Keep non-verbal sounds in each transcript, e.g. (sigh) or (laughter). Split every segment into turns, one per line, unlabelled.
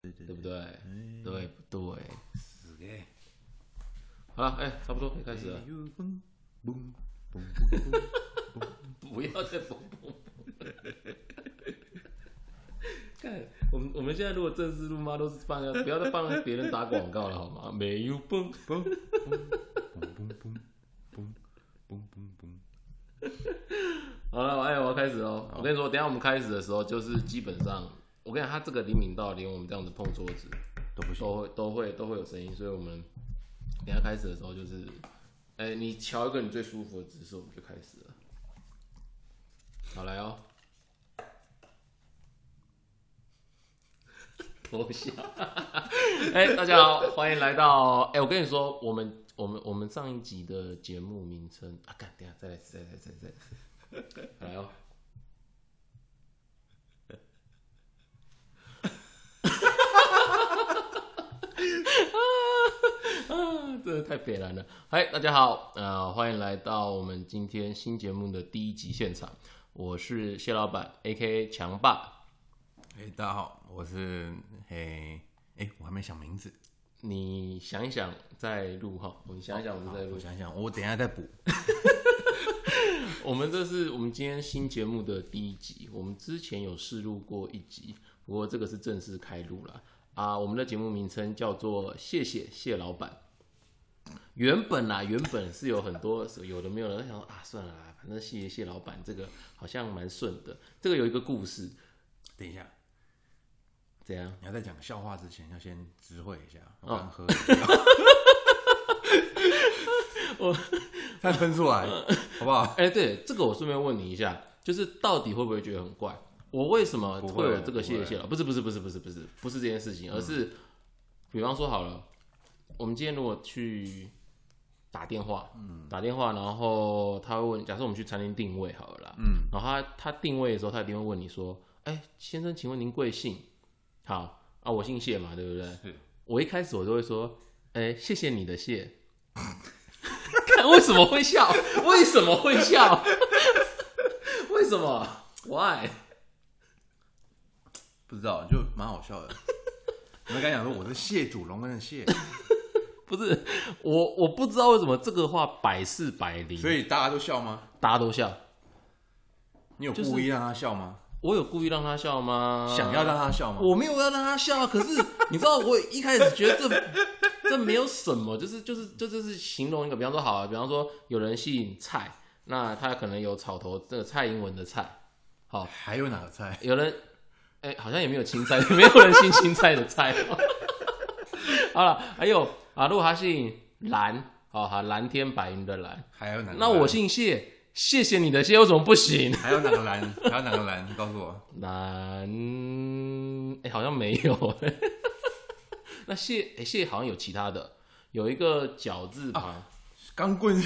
对对
对不
对，
对？
哎
对不对？
是的。
好了，哎，差不多可以开始了
哎。呦嘣嘣嘣嘣嘣
不要再蹦蹦 (laughs) 蹦。看，我们我们现在如果正式录吗，都是帮人家不要再帮别人打广告了好吗？ (laughs) 没有蹦，
嘣嘣嘣嘣嘣嘣嘣嘣嘣，
好了，哎，我要开始喽。我跟你说，等一下我们开始的时候，就是基本上，我跟你讲，他这个灵敏到连我们这样子碰桌子
都不行。
都会都会都会有声音，所以我们等一下开始的时候就是，哎、你瞧一个你最舒服的姿势，我们就开始了。好来哦， (laughs) 投降。 (laughs) 哎、大家好，欢迎来到。哎、我跟你说，我们我们我们上一集的节目名称啊，干，等一下再来一次，再来一次，再来一次，好来 (laughs) 哦。啊， (laughs) 真的太北蓝了！嗨，大家好，呃，欢迎来到我们今天新节目的第一集现场，我是谢老板，A.K.A 强爸。
哎、大家好，我是嗯嘿，哎、我还没想名字。
你想一想再录哈，我们想一想我们再
好
录
我。想想，我等一下再补。
我们这是我们今天新节目的第一集，我们之前有试录过一集，不过这个是正式开录了啊。我们的节目名称叫做“谢谢谢老板”。原本啊，原本是有很多有的没有的，想说啊，算了啦，反正谢谢谢老板这个好像蛮顺的。这个有一个故事，
等一下，
怎样？
你要在讲笑话之前，要先知会一下。我
哦
刚喝饮料。
(laughs) 我
再喷出来，
(laughs)
好不好？
哎、对，这个我顺便问你一下，就是到底会不会觉得很怪？我为什么
不
会
会
有这个
不会
谢谢了？不是不是不是不是不是不是这件事情，而是、比方说好了，我们今天如果去打电话，嗯，打电话，然后他会问，假设我们去餐厅定位好了啦，嗯，然后他他定位的时候，他一定会问你说，哎、先生，请问您贵姓？好啊，我姓谢嘛，对不对？
是
我一开始我都会说，哎、谢谢你的谢。 (laughs) 看为什么会笑？为什么会笑？ (laughs) 为什么？Why？
不知道，就蛮好笑的。你们刚讲说我是谢祖龙跟的谢，
嗯不是我，我不知道为什么这个话百试百灵，
所以大家都笑吗？
大家都笑。
你有故意让他笑吗？
我有故意让他笑吗？
想要让他笑吗？
呃我没有要让他笑，啊可是你知道，我一开始觉得这这没有什么，就是就是这就是形容一个，比方说好了，比方说有人姓蔡，那他可能有草头，这个蔡英文的蔡，好，
还有哪个菜？
有人哎、好像也没有青菜， (laughs) 没有人姓青菜的菜。哦 (laughs) 好了，还有啊，如果他姓蓝，好好蓝天白云的蓝，
还有哪个蓝？
那我 (laughs) 姓谢，谢谢你的谢，为什么不行？
还有哪个蓝？还有哪个蓝？你告诉我。
蓝，哎、好像没有。 (laughs) 那蟹，哎、蟹好像有其他的，有一个绞字旁，
钢棍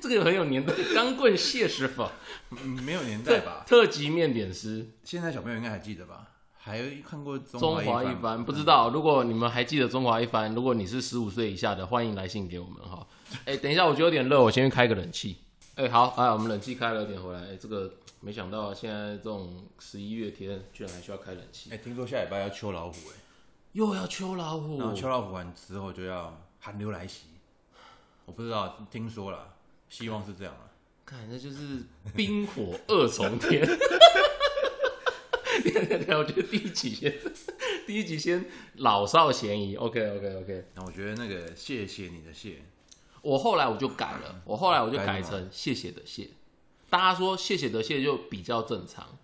这个很有年代， (laughs) 钢棍蟹师傅，
嗯没有年
对
代吧？
特级面点师，
现在小朋友应该还记得吧？还看过《
中华
华
一
番》
番，不知道。如果你们还记得中华一番，如果你是十五岁以下的，欢迎来信给我们哈。哎、等一下，我觉得有点热，我先去开个冷气。哎、好，哎，我们冷气开了有点回来。哎、这个没想到现在这种十一月天，居然还需要开冷气
哎、，听说下礼拜要秋老虎、哎，
又要秋老虎，
然后秋老虎完之后就要寒流来袭，我不知道，听说了，希望是这样啊了。
看，那就是冰火二重天。 (laughs) 等一下等一下我觉得第一集先，第一集先老少咸宜。OK OK OK。
那我觉得那个谢谢你的谢，
我后来我就改了，我后来我就改
改什么
成谢谢的谢。大家说谢谢的谢就比较正常。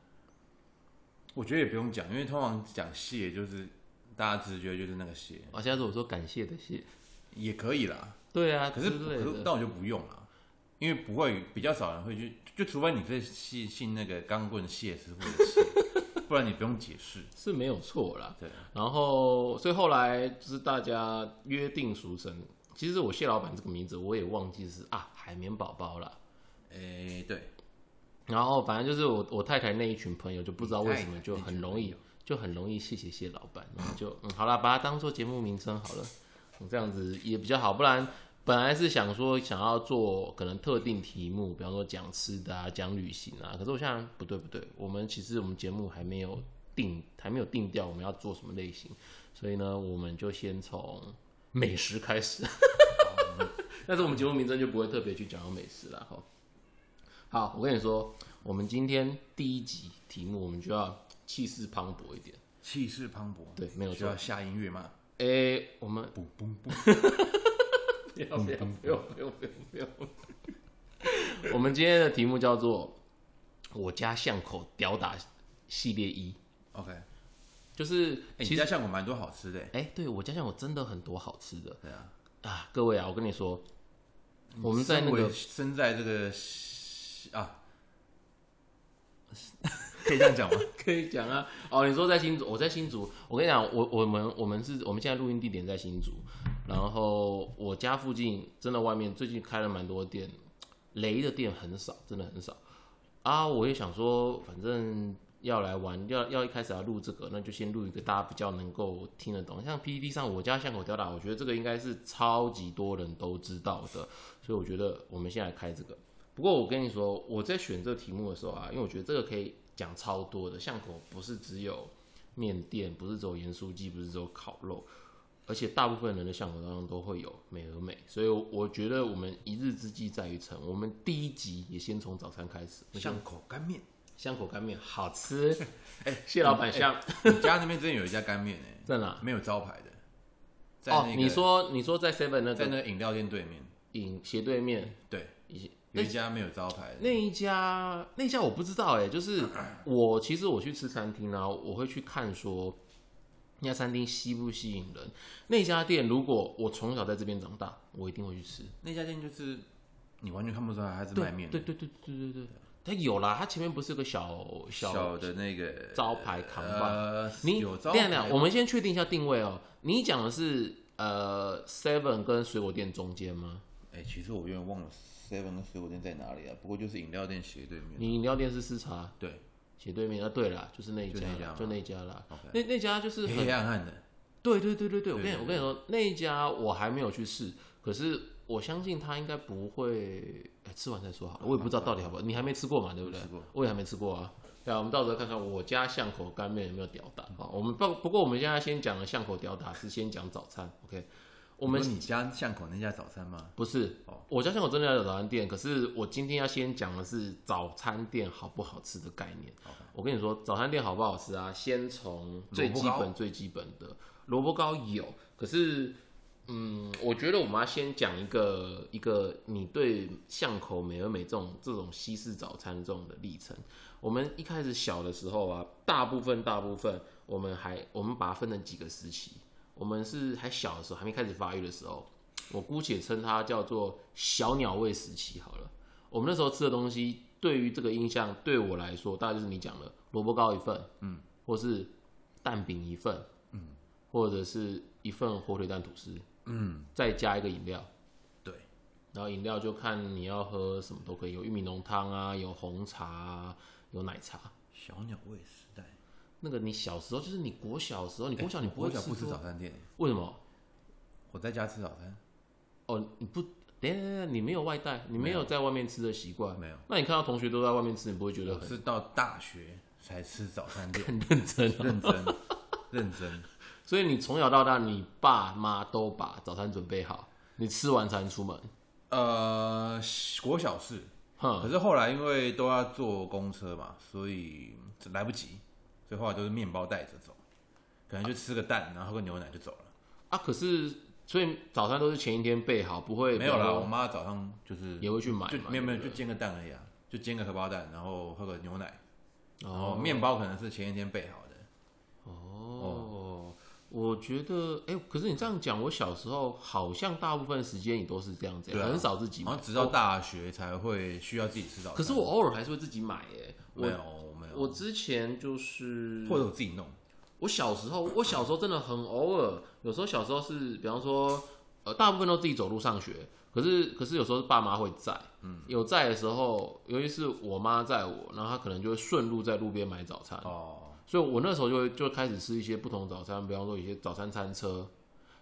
我觉得也不用讲，因为通常讲谢就是大家直觉就是那个谢
啊，下次我说感谢的谢。
也可以啦，
对啊，
可是
之类
可是
的。
但我就不用了，因为不会比较少人会去，就除非你是信信那个钢棍谢师傅
(laughs)
的谢，不然你不用解释。
是没有错啦。
对，
然后所以后来就是大家约定俗成。其实我谢老板这个名字我也忘记是啊海绵宝宝啦。
诶、对，
然后反正就是我我太太那一群朋友就不知道为什么
你太太
就很容
那群
易就很容易谢谢谢老板，然后就嗯好啦，把它当做节目名称好了，嗯这样子也比较好，不然本来是想说想要做可能特定题目，比方说讲吃的啊，讲旅行啊，可是我想不对不对，我们其实我们节目还没有定，还没有定掉我们要做什么类型，所以呢，我们就先从美食开始。 (laughs) 但是我们节目名称就不会特别去讲到美食了哈。好，我跟你说，我们今天第一集题目，我们就要气势磅礴一点。
气势磅礴，
对没有错
需要下音乐吗？
诶、我们
嘣嘣嘣，
不要不要不要不要不要不要！ (laughs) 我们今天的题目叫做“我家巷口屌打系列一
OK，哎、”，
就是
你
其实
家巷口蛮多好吃的，
哎、对我家巷口真的很多好吃的
对啊。
啊！各位啊，我跟你说，我们在那个
身为身在这个啊， (laughs) 可以这
(laughs)
样讲吗？
可以讲啊。哦，你说在新竹，我在新竹。我跟你讲，我我们我们是我们现在录音地点在新竹，然后我家附近真的外面最近开了蛮多店，雷的店很少，真的很少啊。我也想说，反正要来玩，要要一开始要录这个，那就先录一个大家比较能够听得懂。像 PPT 上我家巷口吊打，我觉得这个应该是超级多人都知道的，所以我觉得我们先来开这个。不过我跟你说，我在选这个题目的时候啊，因为我觉得这个可以讲超多的。巷口不是只有面店，不是只有盐酥鸡，不是只有烤肉，而且大部分人的巷口当中都会有美而美。所以我觉得我们一日之计在于晨，我们第一集也先从早餐开始。
巷口干面，
巷口干面好
(laughs)
吃，哎、谢老板巷、
你家那边真的有一家干面哎，
在哪？
(laughs) 没有招牌的，在
哦
那个、，
你说你说在 Seven 那
在
个
那个饮料店对面，
影斜对面
对，
一些
有一家没有招牌的，
那一家那一家我不知道哎、
(clears throat)
就是我其实我去吃餐厅啊，我会去看说那家餐厅吸不吸引人。那家店如果我从小在这边长大，我一定会去吃。
那家店就是你完全看不出来它是
对
卖面的
对，对对对对对，它有啦，它前面不是有个小
小的那个
招牌扛把
呃，
你
有
等
招
一下
牌
等一
吗
下，我们先确定一下定位哦。你讲的是呃 Seven 跟水果店中间吗？
哎、其实我有点忘了 Seven 跟水果店在哪里啊，不过就是饮料店斜对面，
你饮料店是私茶
对，
斜对面啊？对啦，就是那一
就
家
那一家
啦
吗，
就那一家啦
OK。
那那家就是
黑
很
黑暗暗的，
对对对对对，我
对
跟你我跟你说，那一家我还没有去试，可是我相信他应该不会、哎吃完再说好了。我也不知道到底好不好，你还没吃过嘛，对不对
没吃过？
我也还没吃过啊。对啊，我们到时候看看我家巷口干面有没有屌打啊。我们不不过我们现在先讲的巷口屌打是先讲早餐，OK？我们
你说你家巷口那家早餐吗？
不是
哦，
我家巷口真的有早餐店，可是我今天要先讲的是早餐店好不好吃的概念。我跟你说，早餐店好不好吃啊？先从最基
萝卜
本最基本的萝卜糕有，可是，嗯，我觉得我们要先讲一个一个你对巷口美而美这种这种西式早餐这种的历程。我们一开始小的时候啊，大部分大部分我们还我们把它分成几个时期。我们是还小的时候，还没开始发育的时候，我姑且称它叫做小鸟胃时期好了。我们那时候吃的东西，对于这个印象，对我来说，大概就是你讲的萝卜糕一份，嗯，或是蛋饼一份，嗯，或者是一份火腿蛋吐司，
嗯，
再加一个饮料，
对，
然后饮料就看你要喝什么都可以，有玉米浓汤啊，有红茶啊，有奶茶。
小鸟胃时代，
那个你小时候就是你国小的时候，你国小你不
我
会
哎小不
吃
吃
过
早餐店，
为什么？
我在家吃早餐，
哦，你不，等一下等一下，你没有外带，你没有在外面吃的习惯，
没有。
那你看到同学都在外面吃，你不会觉得
我
很
是到大学才吃早餐店，
很认真啊、
认真，认真。
所以你从小到大，你爸妈都把早餐准备好，你吃完才能出门。
呃，国小是，
哼，
可是后来因为都要坐公车嘛，所以来不及，所以后来都是面包带着走，可能就吃个蛋，然后喝个牛奶就走了。
啊，可是所以早餐都是前一天备好，不会
没有啦，
比如
我
说
妈早上就是
也会去买
就
嘛
没有没有，
对
就煎个蛋而已啊，就煎个荷包蛋，然后喝个牛奶，然后
哦
面包可能是前一天备好的。
哦，我觉得哎、可是你这样讲，我小时候好像大部分时间你都是这样子、
对啊
很少自己
然
买
后。直到大学才会需要自己吃早餐。
可是我偶尔还是会自己买哎、我
没有我没有，
我嗯之前就是
或者我自己弄。
我小时候，我小时候真的很偶尔，有时候小时候是，比方说，呃，大部分都自己走路上学，可是可是有时候爸妈会在，嗯，有在的时候，尤其是我妈在我，然后她可能就会顺路在路边买早餐，
哦，
所以我那时候就会就开始吃一些不同的早餐，比方说有些早餐餐车，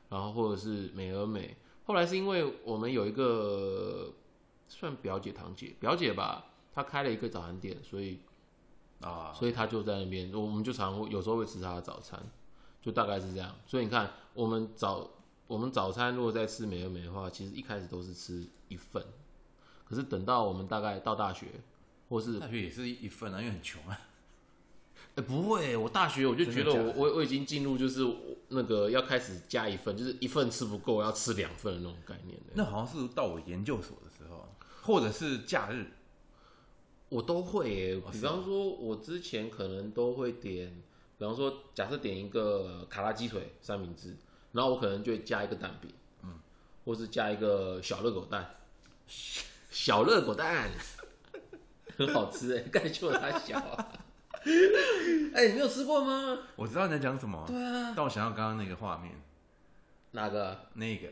然后或者是美而美。后来是因为我们有一个算表姐堂姐表姐吧，她开了一个早餐店，所以
啊，
所以他就在那边，我们就常会有时候会吃他的早餐，就大概是这样。所以你看，我们早我们早餐如果在吃美而美的话，其实一开始都是吃一份，可是等到我们大概到大学，或是
大学也是一份啊，因为很穷啊，
哎、不会，我大学我就觉得
真的
我
假的
我我已经进入就是我那个要开始加一份，就是一份吃不够要吃两份的那种概念的，
那好像是到我研究所的时候，或者是假日，
我都会耶。
哦
比
是啊
方说，我之前可能都会点，比方说假设点一个卡拉鸡腿三明治，然后我可能就会加一个蛋饼，嗯，或是加一个小热狗蛋， (laughs) 小热狗蛋很好吃哎， (laughs) 干就它小、啊。 (laughs) 哎、你没有吃过吗？
我知道你在讲什么，对啊，但我想到刚刚那个画面，
哪个？啊
那个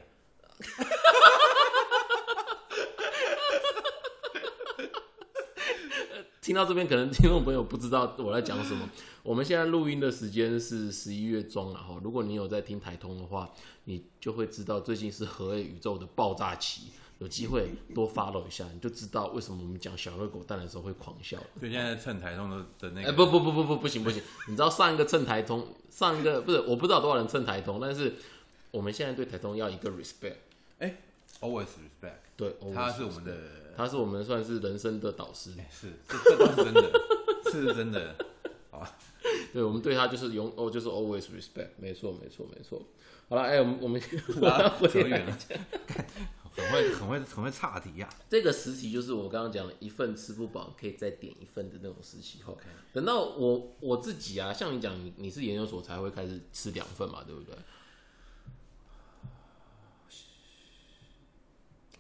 听到这边，可能听众朋友不知道我在讲什么。我们现在录音的时间是十一月中啊，哈，如果你有在听台通的话，你就会知道最近是核宇宙的爆炸期。有机会多 follow 一下，你就知道为什么我们讲小热狗蛋的时候会狂笑了。
所以现在在蹭台中的的那
哎、
个，
不不不不不，不行不行！你知道上一个蹭台通，上一个不是我不知道多少人蹭台通，但是我们现在对台通要一个 respect，
哎，always respect，
对，我
他是我们的，
他是我们算是人生的导师。
哎是这这倒是真的， (laughs) 是真的，
对，我们对他就是永哦，就是 always respect，没错，没错，没错。好了，哎、我们我
(laughs)
们我要
啊
回
扯
来
远了，很会很会很会岔题啊呀，
(laughs) 这个时期就是我刚刚讲的一份吃不饱，可以再点一份的那种时期。后等到我我自己啊，像你讲，你你是研究所才会开始吃两份嘛，对不对？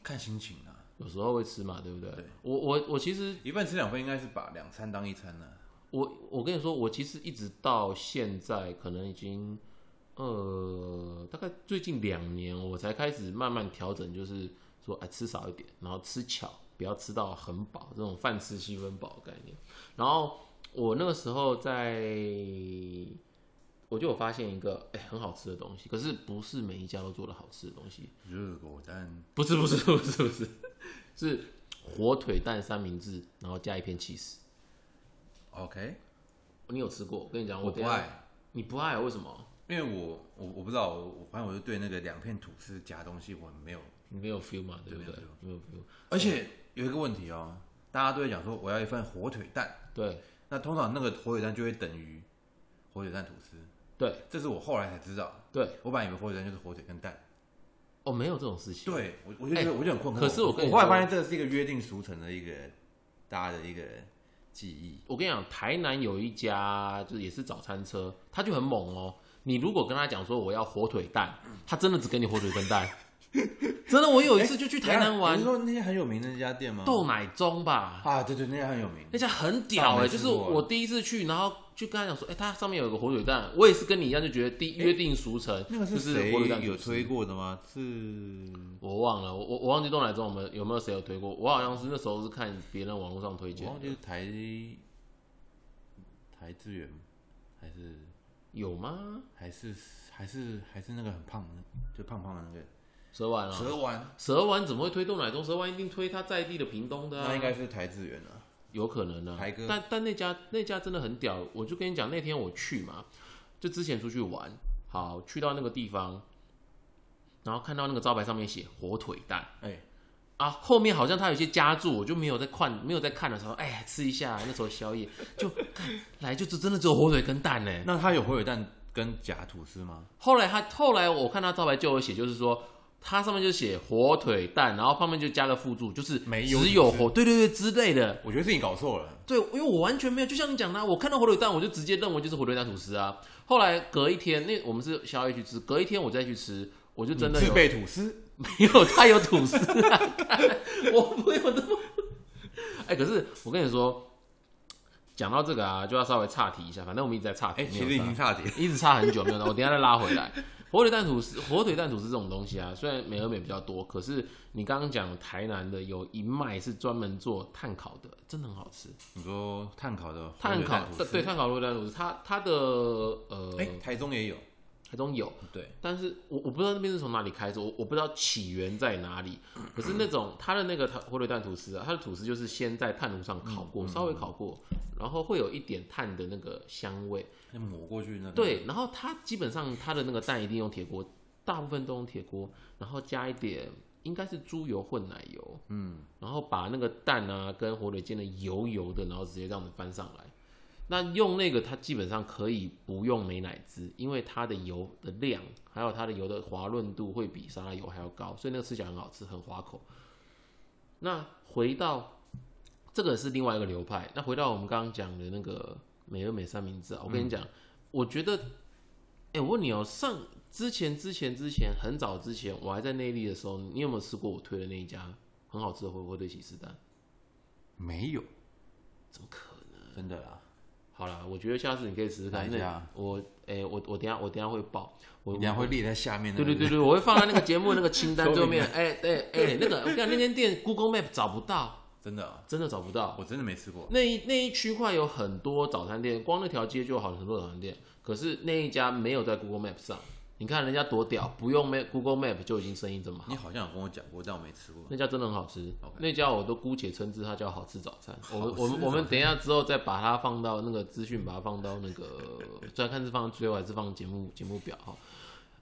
看心情啊，
有时候会吃嘛，对不对？
对
我我我其实
一份吃啊两份应该是把两餐当一餐啊呢，
我我跟你说，我其实一直到现在，可能已经呃，大概最近两年，我才开始慢慢调整，就是说，哎，吃少一点，然后吃巧，不要吃到很饱，这种饭吃七分饱的概念。然后我那个时候在，我就有发现一个哎、很好吃的东西，可是不是每一家都做的好吃的东西，
热狗蛋
不是不是不是不是，是火腿蛋三明治，然后加一片 cheese。
，OK，
你有吃过？我跟你讲，
我
等
不
一下
爱。
你不爱为什么？
因为我我我不知道，我我反正我就对那个两片吐司夹东西我很没有，
你没有 feel 嘛，对不
没有
对？没有 feel，
而且有一个问题哦，大家都会讲说我要一份火腿蛋，
对
那通常那个火腿蛋就会等于火腿蛋吐司，
对
这是我后来才知道，
对，
我本来以为火腿蛋就是火腿跟蛋，
哦，没有这种事情。哎
对我我就觉得、我就很困惑，
可是我
我
跟你
后来
说
发现这是一个约定俗成的一个大家的一个记忆，
我跟你讲，台南有一家就是也是早餐车，他就很猛哦。你如果跟他讲说我要火腿蛋，他真的只给你火腿跟蛋。真的，我有一次就去台南
你
玩
说那些很有名的那家店吗？
豆奶盅吧，
啊，对对，那家很有名，
那家很屌哎、
啊没
就
吃
是
过
我第一次去，然后就跟他讲说，哎、它上面有个火腿蛋，我也是跟你一样就觉得第约定俗成，
那个
哎就是是
谁
火腿蛋
有
吐司
推过的吗？是。
我忘了，我我我忘记豆奶中我们有没有谁有推过，我好像是那时候是看别人网络上推荐
我忘
的，
记是台台资源还是
有吗？
还是还是还是那个很胖的，就胖胖的那个
蛇丸啊，
蛇丸，
蛇丸怎么会推豆奶中？蛇丸一定推他在地的屏东的、啊，
那应该是台资源啊。
有可能啊
台。哥
但但那家那家真的很屌，我就跟你讲，那天我去嘛，就之前出去玩，好去到那个地方，然后看到那个招牌上面写火腿蛋，
哎，
啊，后面好像他有一些加注，我就没有在看，没有在看的时候，哎，吃一下那时候宵夜，就看来就只真的只有火腿跟蛋呢。
那他有火腿蛋跟假吐司吗？
后来他后来我看他招牌就有写，就是说它上面就写火腿蛋，然后旁边就加个附注，就是
没有
只有
只是
火，对对对之类的。
我觉得是你搞错了。
对，因为我完全没有，就像你讲的啊，我看到火腿蛋，我就直接认为就是火腿蛋吐司啊。后来隔一天，那我们是宵夜去吃，隔一天我再去吃，我就真的
嗯自
有
备吐司，
没有，他有吐司、啊， (laughs) 看我没有那么。哎、可是 (laughs) 我跟你说，讲到这个啊，就要稍微岔题一下，反正我们一直在岔题，
哎，
没
其
有啊
实已
岔
经差点。
一直差很久没有到，我等一下再拉回来。火腿蛋吐司，火腿蛋吐司这种东西啊，虽然美而美比较多，可是你刚刚讲台南的有一卖是专门做炭烤的，真的很好吃。
你说炭烤的火
炭
腿
烤
蛋吐
对
司，
炭烤火腿蛋吐司，它它的呃，
哎，台中也有，
台中有，
对，
但是我我不知道那边是从哪里开始，我我不知道起源在哪里。可是那种它的那个火腿蛋吐司啊，它的吐司就是先在炭炉上烤
嗯
过，稍微烤过，然后会有一点炭的那个香味。
那抹过去那个，
对，然后它基本上它的那个蛋一定用铁锅，大部分都用铁锅，然后加一点应该是猪油混奶油，
嗯，
然后把那个蛋啊跟火腿煎的油油的，然后直接这样子翻上来。那用那个它基本上可以不用美乃滋，因为它的油的量还有它的油的滑润度会比沙拉油还要高，所以那个吃起来很好吃，很滑口。那回到这个是另外一个流派，那回到我们刚刚讲的那个美而美三明治啊，我跟你讲，我觉得，哎、我问你哦，上之前之前之前很早之前，我还在内地的时候，你有没有吃过我推的那一家很好吃的回锅对起司蛋？
没有，
怎么可能？
真的啊啦，
好啦，我觉得下次你可以试试看。
哪一家
那我哎、我我等一下我等一下会报，我
你等一下会列在下面那
对
个，
对对对，我会放在那个节目那个清单
(laughs) 说
桌
明
面。哎哎哎，那个我跟你讲，那间店 Google Map 找不到，
真的啊，
真的找不到。
我真的没吃过，
那一那一区块有很多早餐店，光那条街就有好很多早餐店。可是那一家没有在 Google Map 上，你看人家多屌，不用 Map Google Map 就已经生意这么好
你。好像有跟我讲过，但我没吃过，
那家真的很好吃
啊 OK
那家我都姑且称之它叫好吃早餐。我们
好吃
我们
早
我们等一下之后再把它放到那个 (laughs) 资讯，把它放到那个，虽然看是放最后还是放节目节目表哈。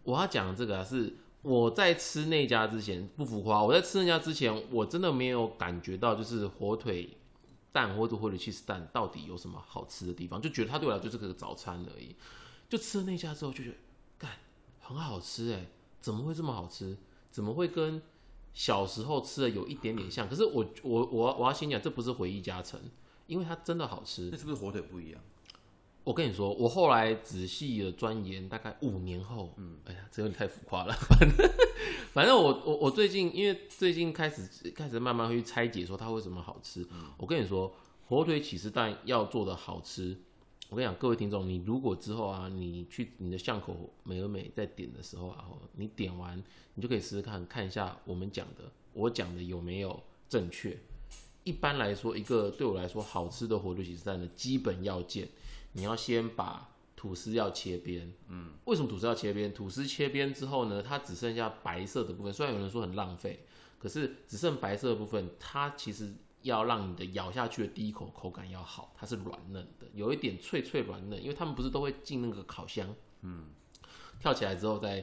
我要讲的这个啊，是我在吃那家之前不浮夸，我在吃那家之前，我真的没有感觉到就是火腿蛋或者火腿 cheese 蛋到底有什么好吃的地方，就觉得它对我来说就是个早餐而已。就吃了那家之后就觉得，干很好吃哎、怎么会这么好吃？怎么会跟小时候吃的有一点点像？可是我我我我要先讲，这不是回忆加成，因为它真的好吃
那。是不是火腿不一样？
我跟你说，我后来仔细的钻研，大概五年后，嗯，哎呀，这有点太浮夸了。 (laughs) 反正我我我最近因为最近开始开始慢慢会去拆解说它为什么好吃。我跟你说，火腿起司蛋要做的好吃，我跟你讲，各位听众，你如果之后啊，你去你的巷口美而美在点的时候啊，哦你点完你就可以试试看看一下我们讲的我讲的有没有正确。一般来说，一个对我来说好吃的火腿起司蛋的基本要件，你要先把吐司要切边，为什么吐司要切边？吐司切边之后呢，它只剩下白色的部分。虽然有人说很浪费，可是只剩白色的部分，它其实要让你的咬下去的第一口口感要好，它是软嫩的，有一点脆脆软嫩。因为他们不是都会进那个烤箱，嗯，跳起来之后再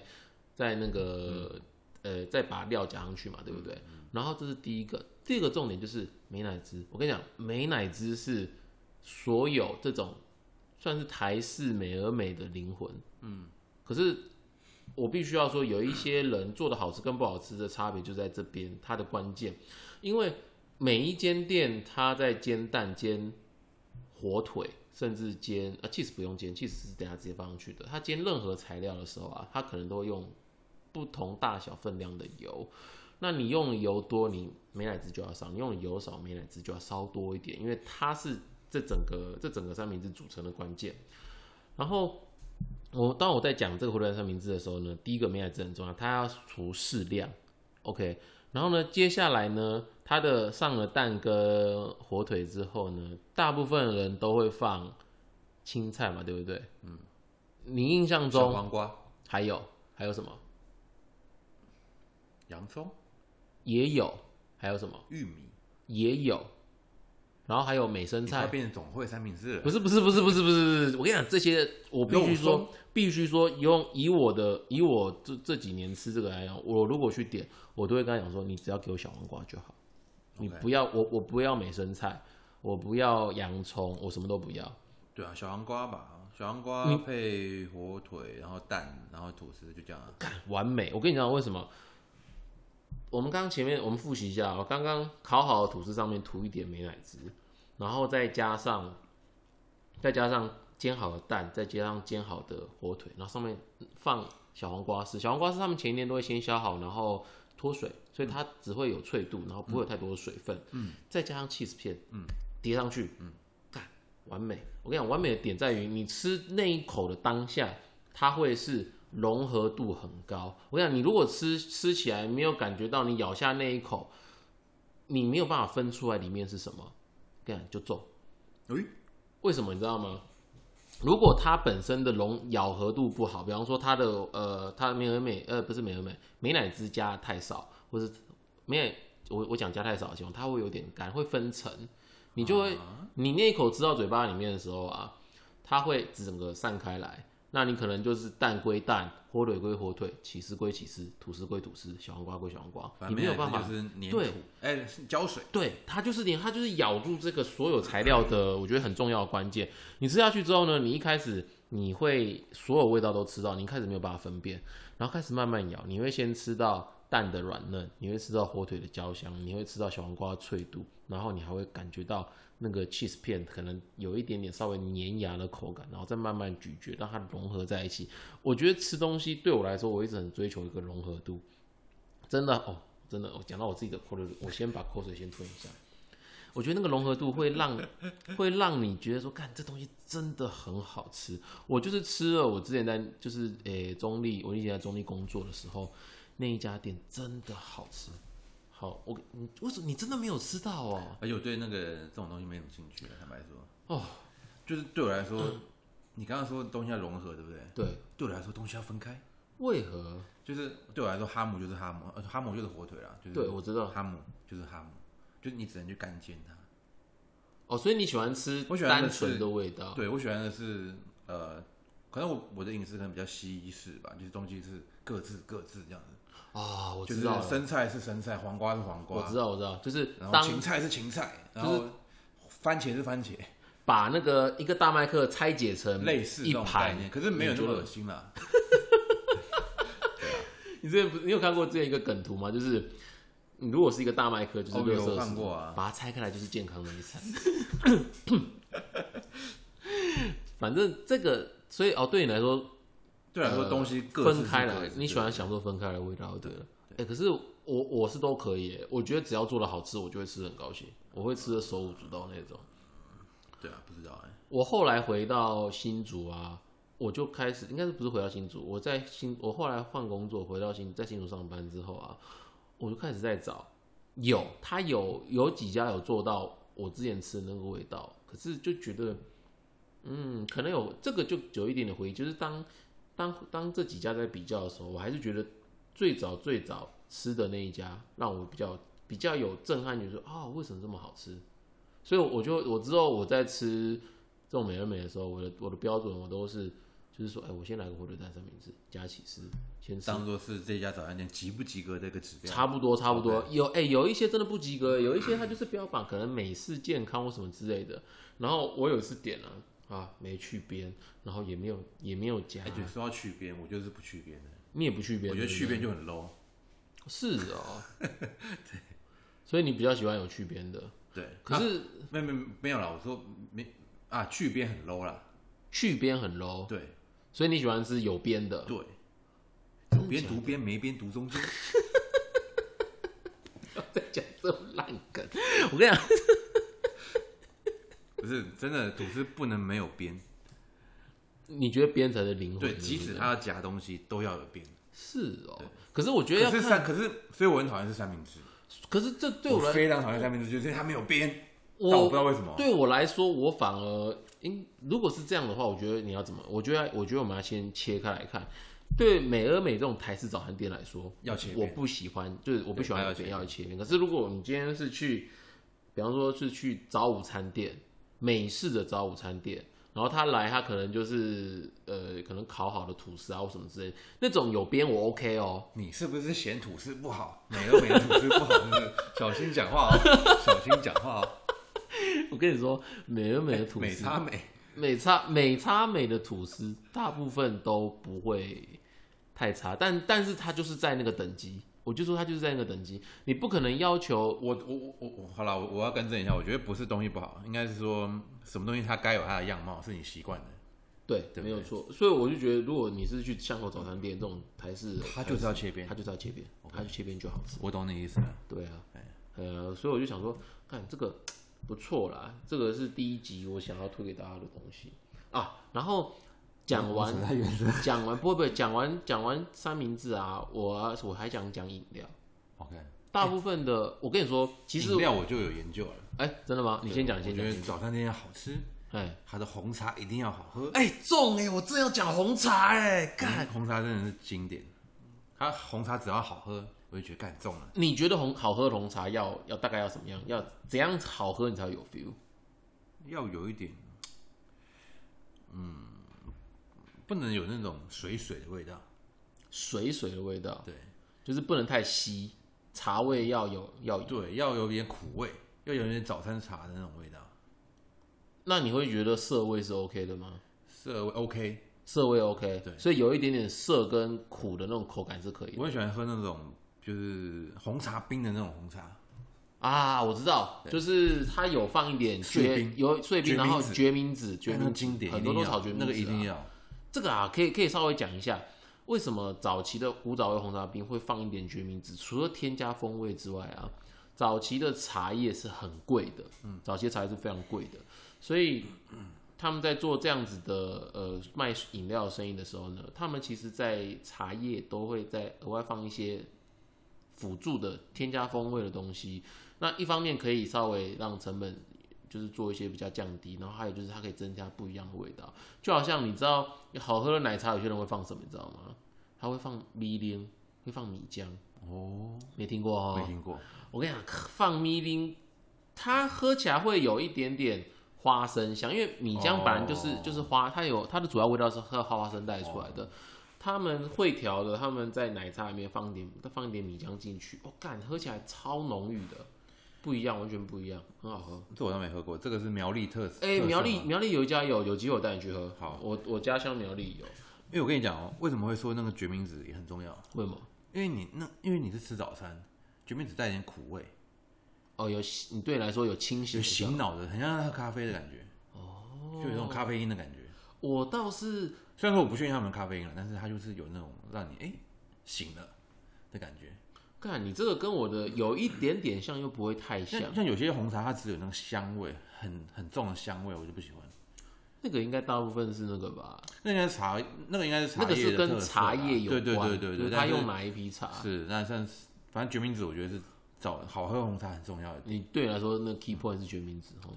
再那个、呃再把料加上去嘛，对不对？然后这是第一个，第二个重点就是美乃滋。我跟你讲，美乃滋是所有这种算是台式美而美的灵魂。嗯可是我必须要说，有一些人做的好吃跟不好吃的差别就在这边，它的关键，因为每一间店它在煎蛋、煎火腿，甚至煎啊 cheese 不用煎，cheese 是等下直接放上去的。它煎任何材料的时候啊，它可能都会用不同大小分量的油。那你用的油多，你美乃滋就要少；你用的油少，美乃滋就要稍多一点，因为它是这整个这整个三明治组成的关键。然后我当我在讲这个回转三明治的时候呢，第一个美乃滋很重要，它要除适量，OK。然后呢，接下来呢，它的上了蛋跟火腿之后呢，大部分人都会放青菜嘛，对不对？嗯。你印象
小
中
黄瓜、
还有还有什么？
洋葱、
也有，还有什么？
玉米，
也有，然后还有美生
你快
菜。
变成总会三明治了
不，是不是不是不是不是不是，我跟你讲，这些我必须
肉松
说，必须说，用以我的以我这这几年吃这个来讲，我如果去点，我都会跟他讲说，你只要给我小黄瓜就好，你
OK
不要我我不要美生菜，我不要洋葱，我什么都不要。
对啊，小黄瓜吧，小黄瓜配火腿，然后蛋，然后吐司，就这样啊。
完美。我跟你讲为什么？我们刚刚前面我们复习一下，我刚刚烤好的吐司上面涂一点美乃滋，然后再加上再加上煎好的蛋，再加上煎好的火腿，然后上面放小黄瓜丝。小黄瓜丝他们前一天都会先削好，然后脱水，所以它只会有脆度，然后不会有太多的水分。嗯，再加上 cheese 片，嗯，叠上去，嗯，干完美。我跟你讲，完美的点在于你吃那一口的当下，它会是融合度很高。我跟你讲，你如果吃吃起来没有感觉到你咬下那一口，你没有办法分出来里面是什么，我跟你讲就中。
诶
为什么你知道吗？如果它本身的龙咬合度不好，比方说它的呃，它的美而美呃不是美而美美乃滋加太少，或是美乃我我讲加太少的情况，它会有点干，会分层，你就会、
啊
你那一口吃到嘴巴里面的时候啊，它会整个散开来。那你可能就是蛋归蛋，火腿归火腿，起司归起司，吐司归吐司，小黄瓜归小黄瓜，
反
你
正
没有办法
就是粘土
对，
哎，是胶水，
对，它就是连它就是咬住这个所有材料的，我觉得很重要的关键。你吃下去之后呢，你一开始你会所有味道都吃到，你一开始没有办法分辨，然后开始慢慢咬，你会先吃到蛋的软嫩，你会吃到火腿的焦香，你会吃到小黄瓜的脆度，然后你还会感觉到那个 cheese 片可能有一点点稍微粘牙的口感，然后再慢慢咀嚼，让它融合在一起。我觉得吃东西对我来说，我一直很追求一个融合度，真的哦，真的，我讲到我自己的口水，我先把口水先吞一下。我觉得那个融合度会让会让你觉得说，看这东西真的很好吃。我就是吃了我之前在就是诶、中立，我以前在中立工作的时候，那一家店真的好吃。好，我你为什么你真的没有吃到哦？
而且我对那个这种东西没什么兴趣，坦白说，
哦，嗯
就是对我来说，你刚刚说东西要融合，对不对？
对，
对我来说，东西要分开，
为何？
就是对我来说，哈姆就是哈姆，呃，哈姆就是火腿啦，就是
对我嗯知道
哈姆就是哈姆，就是你只能去干煎它。
嗯哦，所以你喜欢吃
我喜欢的
单
是
纯的味道，
对我喜欢的是呃，可能我我的饮食可能比较西式吧，就是东西是各自各自这样子，
啊、我
就
知
是
道了，
生菜是生菜，黄瓜是黄
我
瓜
知，道，我知道，就是
然后
当
芹菜是芹菜，然后番茄是番茄，
把那个一个大麦克拆解成
类似这
嗯一
种概
盘
念，可是没有
你
那
觉
么
得
恶心啦。
(laughs) 你之前不是你有看过之前一个梗图吗？就是你如果是一个大麦克，就是
哦
六
有
色
看
食
过啊
把它拆开来就是健康的一餐。 (laughs) 反正这个，所以哦，对你来说
对我来说，
呃
东西各自
分
是
开
各
来，
自
你喜
对
欢享受分开来的味道就对了。哎、可是我我是都可以耶，我觉得只要做的好吃，我就会吃的很高兴，我会吃的手舞足蹈那种。
对啊，不知道哎，
我后来回到新竹啊，我就开始应该是不是回到新竹，我在新我后来换工作回到新在新竹上班之后啊，我就开始在找，有他有有几家有做到我之前吃的那个味道，可是就觉得，嗯，可能有这个就有一点点回忆，就是当当当这几家在比较的时候，我还是觉得最早最早吃的那一家让我比较比较有震撼，就是啊、为什么这么好吃？所以我就我之后我在吃这种美而美的时候，我的我的标准我都是就是说，哎、我先来个火腿蛋三明治加起司，先吃
当做是这家早餐店及不及格的一个指标。
差不多，差不多。有哎、有一些真的不及格，有一些它就是标榜可能美式健康或什么之类的。然后我有一次点了啊没去边，然后也没有也没有加
哎，，对，说到去边，我就是不去边的，
你也不去边，
我觉得
对不
去
对
边就很 low。
是
(laughs)
哦。所以你比较喜欢有去边的，
对，
可是
没没没有啦，我说没啊，去边很 low 啦。
去边很 low，
对
所以你喜欢吃有边的。
对，
真
有
的
边
假
读边没边读中间。
的在讲这种烂梗，我跟你讲，
不是真的，吐司不能没有边。
你觉得边才是灵魂？
对，
是不
即使
是
它要夹东西，都要有边。
是哦，可是我觉得
可
要
是
看，
三，可是所以我很讨厌吃三明治。
可是这对我来
非常讨厌三明治，就是因为它没有边。
我
但我不知道为什么。
对我来说，我反而应如果是这样的话，我觉得你要怎么？我觉得我觉得我们要先切开来看。对美而美这种台式早餐店来说，
要切片
我不喜欢，就是我不喜
对它要
欢
切片
要切面。可是如果你今天是去，比方说是去早午餐店，美式的早午餐店，然后他来，他可能就是呃，可能烤好的吐司啊或什么之类的，那种有边我 OK 哦， (laughs)
你是不是嫌吐司不好？美而美的吐司不好， (laughs) 真的小心讲话 (laughs) 哦，小心讲话哦。
我跟你说，美而美的吐司，
哎美差美，
美差美差美的吐司，大部分都不会太差，但但是它就是在那个等级，我就说它就是在那个等级，你不可能要求
我我我我我好了，我我要更正一下，我觉得不是东西不好，应该是说什么东西它该有它的样貌，是你习惯的，
对，
对
没有错，所以我就觉得，如果你是去巷口早餐店这种台式，
它就是要切边
它。就是要切边，它就切边就好吃，
我懂你意思了，
对啊，
哎
呃，所以我就想说，看这个不错啦，这个是第一集我想要推给大家的东西啊，然后。讲完，讲完不会不会，讲完讲完三明治啊，我啊我还想讲饮料。
OK。
大部分的，我跟你说，其实
饮料我就有研究了。
哎、真的吗？你先讲，
我
你先
觉
讲
得。早餐店要好吃，
哎，
它的红茶一定要好喝。嗯
哎、中哎、我正要讲红茶哎、干，
红茶真的是经典，它红茶只要好喝，我就觉得干中了。
你觉得红好喝的红茶要要大概要什么样？要怎样好喝你才会有 feel？
要有一点，嗯，不能有那种水水的味道。
水水的味道，
对
就是不能太稀，茶味要有要有。
对，要有点苦味，要有点早餐茶的那种味道。
那你会觉得涩味是 OK 的吗？
是 OK，
涩味 OK，
对
所以有一点点涩跟苦的那种口感是可以的
我很喜欢喝那种就是红茶冰的那种红茶，
啊。我知道，就是它有放一点
碎
蕨
冰，
有碎冰，
决明
然后
子
决明子，决
觉得
明
哎经典，
很多都
一定要哦
炒决明子
那
啊，
个一定要。
这个啊，可以可以稍微讲一下，为什么早期的古早味红茶冰会放一点决明子？除了添加风味之外啊，早期的茶叶是很贵的，嗯，早期的茶叶是非常贵的，所以他们在做这样子的呃卖饮料生意的时候呢，他们其实在茶叶都会在额外放一些辅助的添加风味的东西。那一方面可以稍微让成本就是做一些比较降低，然后还有就是它可以增加不一样的味道。就好像你知道好喝的奶茶，有些人会放什么，你知道吗？他会放米粒，会放米浆，
哦，
没听过哦。
没听过，
我跟你讲，放米粒，它喝起来会有一点点花生香，因为米浆本来就是、
哦
就是花，它有它的主要味道是喝花生带出来的。他们会调的，他们在奶茶里面放一点，再放一点米浆进去，哦，干，喝起来超浓郁的，不一样，完全不一样，很好喝。
这我倒没喝过。这个是苗栗特色。
哎、
特色
苗栗
吗
苗栗有一家有，有机会我带你去喝。
好
我我家乡苗栗有，
因为我跟你讲哦，为什么会说那个决明子也很重要？
为什么？
因为你那因为你是吃早餐，决明子带点苦味，
哦，有你对你来说有清醒
有
的效
醒脑的，很像在喝咖啡的感觉，
哦
就有那种咖啡因的感觉。
我倒是
虽然说我不确定他们的咖啡因了，但是它就是有那种让你哎、醒了的感觉。
看你这个跟我的有一点点像，又不会太像。
像像有些红茶，它只有那个香味，很很重的香味，我就不喜欢。
那个应该大部分是那个吧，
那应该是茶，那个应该是茶
那个是
叶的特
跟
色
茶
啦
叶有
对
关，
对对对
就是
对，
他
但是
用哪一批茶？
是那像是反正决明子，我觉得是找好喝红茶很重要的。
你对你来说，那个 key point 是决明子哦。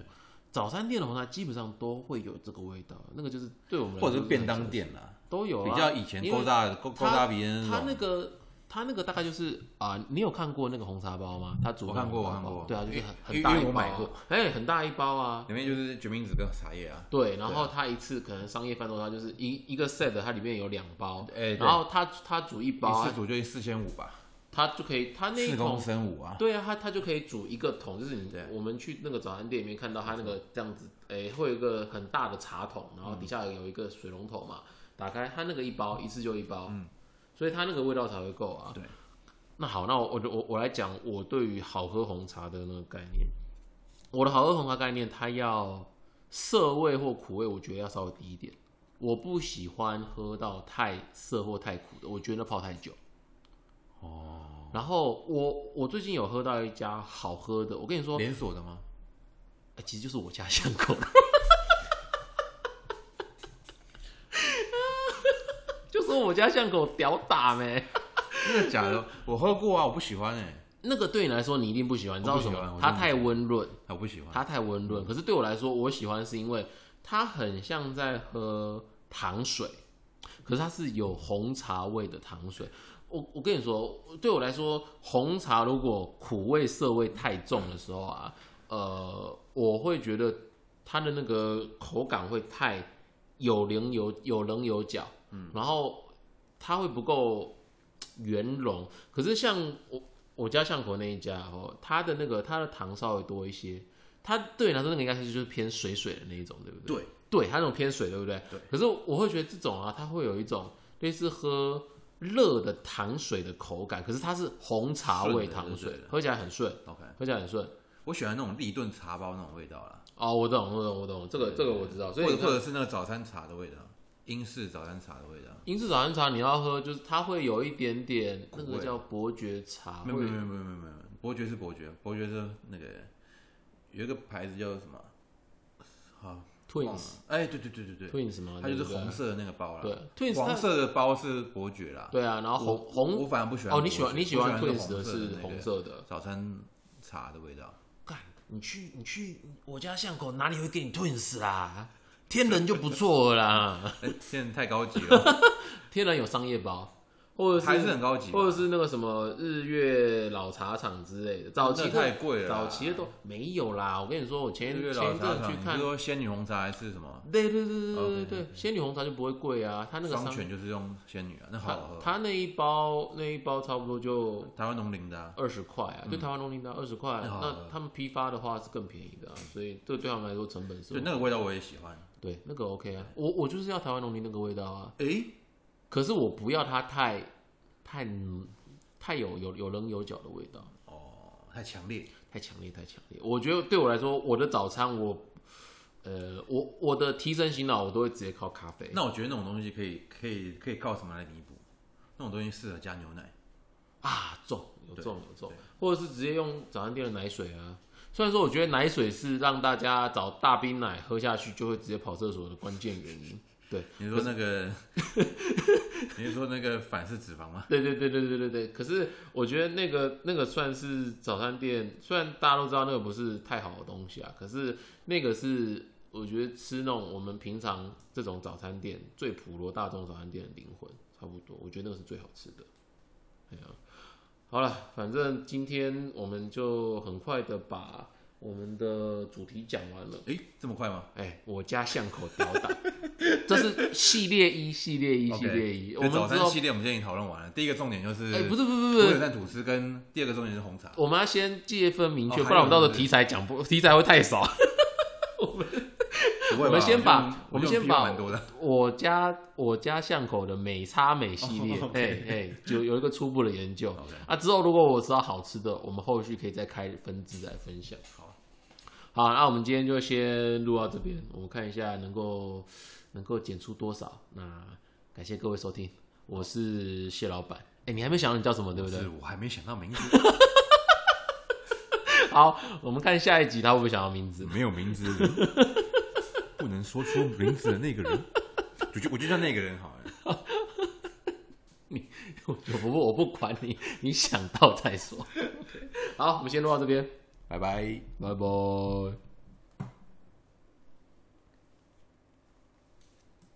早餐店的红茶基本上都会有这个味道，那个就是对我们来
或
说
者是便当
很
店啦，
都有、啊，
比较以前勾搭的勾勾搭别人
他那
种，
个他那个大概就是啊、你有看过那个红茶包吗？他煮的
我看过
红茶包
我看过
对啊，就是很
因为
很大
因
一
为
包、
我
啊，
买过，
哎、很大一包啊。
里面就是决明子跟茶叶啊，
对，然后他一次可能商业饭桌，它就是一一个 set，它里面有两包，
哎对
然后他他煮一包
一，次煮就四千五吧，
他就可以，他那一
四公
桶，
升五啊，
对啊，他他就可以煮一个桶，就是你
对
我们去那个早餐店里面看到他那个这样子，哎，会有一个很大的茶桶，然后底下有一个水龙头嘛，打开他那个一包，一次就一包，嗯，所以他那个味道才会够啊。
对，
那好，那我我就我我来讲我对于好喝红茶的那个概念，我的好喝红茶概念，它要涩味或苦味，我觉得要稍微低一点。我不喜欢喝到太涩或太苦的，我觉得那泡太久。
哦，
然后我我最近有喝到一家好喝的，我跟你说，
连锁的吗？ (laughs)
呃其实就是我家巷口，就是我家巷口屌打没。
真的假的？我喝过啊，我不喜欢哎，
那个对你来说你一定不喜欢，你知道为什么
我不喜
吗？它
欢我真的
太温润，
啊我不喜欢。嗯
它太温润。可是对我来说，我喜欢是因为它很像在喝糖水，可是它是有红茶味的糖水。我我跟你说，对我来说，红茶如果苦味涩味太重的时候啊，呃，我会觉得它的那个口感会太有棱有有棱有角，嗯，然后它会不够圆融。可是像我我家巷口那一家哦，它的那个它的糖稍微多一些，它对你来说那个应该是就是偏水水的那一种，对不对？
对，
对，它那种偏水，对不对？
对。
可是我会觉得这种啊，它会有一种类似喝热的糖水的口感，可是它是红茶味
顺的
糖水
对对，对
喝起来很顺，
OK，
喝起来很顺。
我喜欢那种立顿茶包那种味道啦，
哦，我懂，我懂，我懂，这个这个我知道。哦所以
或
你
者
看
或者是那个早餐茶的味道，英式早餐茶的味道。
英式早餐茶你要喝，就是它会有一点点那
苦
个
味
叫伯爵茶，
没有没有没
啊会
有没有没有没有，伯爵是伯爵，伯爵是那个有一个牌子叫什么？好，忘了
Twins。
哎，对对对对对，
Twins 嘛，
它就是红色的那个包啦。
对，Twins 它
黄色的包是伯爵啦。
对不对。对啊，然后
我
红红
我反而不喜欢
哦，
伯爵。
你喜欢你
我
喜
喜
欢
那个
Twins
红
的
色的
是
那
红
个
色的，
早餐茶的味道。
干
你去你去我家巷口哪里会给你 Twins
啊
啦？天人就不错了啦。
哎现在太高级了，
(laughs) 天然有商业包，或者是
还是很高级吧啊
或者是那个什么日月老茶厂之类的，早期的
那太贵了啦
早期的都没有啦。我跟你说，我前
日月
前
老
一
茶
阵
厂，
去
你不
看
是，说仙女红茶还是什么？
对对对对对对
OK，
对
OK，
仙女红茶就不会贵啊，它那个
双
商
全就是用仙女啊，那
它
好喝。
它那一包那一包差不多就
台湾农林的啊，
二十块啊，对台湾农林达二十块，啊
哎那好
那
了
他们批发的话是更便宜的啊，所以这对他们来说成本是
对那个味道我也喜欢。
对那个 OK 啊，我我就是要台湾农林那个味道啊，
诶，
可是我不要它太太太有有有棱有角的味道，
哦，太强烈，
太强烈太强烈。我觉得对我来说，我的早餐我呃我我的提神醒脑我都会直接靠咖啡，
那我觉得那种东西可以可以可以靠什么来弥补？那种东西适合加牛奶，
啊，重有
对
重有重
对，
或者是直接用早餐店的奶水啊。虽然说我觉得奶水是让大家找大冰奶喝下去就会直接跑厕所的关键原因。对，
你说那
(laughs)
个，你是说那个反式脂肪吗？
对对对对对对对。可是我觉得那个那个算是早餐店，虽然大家都知道那个不是太好的东西啊，可是那个是我觉得吃那种我们平常这种早餐店最普罗大众早餐店的灵魂，差不多。我觉得那个是最好吃的。哎呀，好了，反正今天我们就很快的把我们的主题讲完了。
诶，这么快吗？
哎，我家巷口屌打，这是系列一，系列
(laughs)
一，系列一。我们
早
之
餐
后
系列我们现在已经讨论完了。第一个重点就是，
哎，不是不是不
土
是
水，蛋吐司跟第二个重点是红茶。
我们要先界分明确，
哦
不然我们到时
还有
候题材讲不 (laughs) 题材会太少。
不会吧
我们先把我
我
们
觉得
先
觉得
把
蛮多的。
我家我家巷口的美差美系列
哦，，OK
哎哎，有有一个初步的研究
OK
啊。之后如果我知道好吃的，我们后续可以再开分支来分享。
好，啊
好，那我们今天就先录到这边，我们看一下能够能够剪出多少。那感谢各位收听，我是谢老板。哎，你还没想到你叫什么，对不对
是？我还没想到名字，
好，我们看下一集他会不会想到名字。
(laughs) 没有名字的人，不能说出名字的那个人，我就我就叫那个人好了。
(laughs) 我不我不管你，你想到再说。好，我们先录到这边，
拜拜。
拜拜。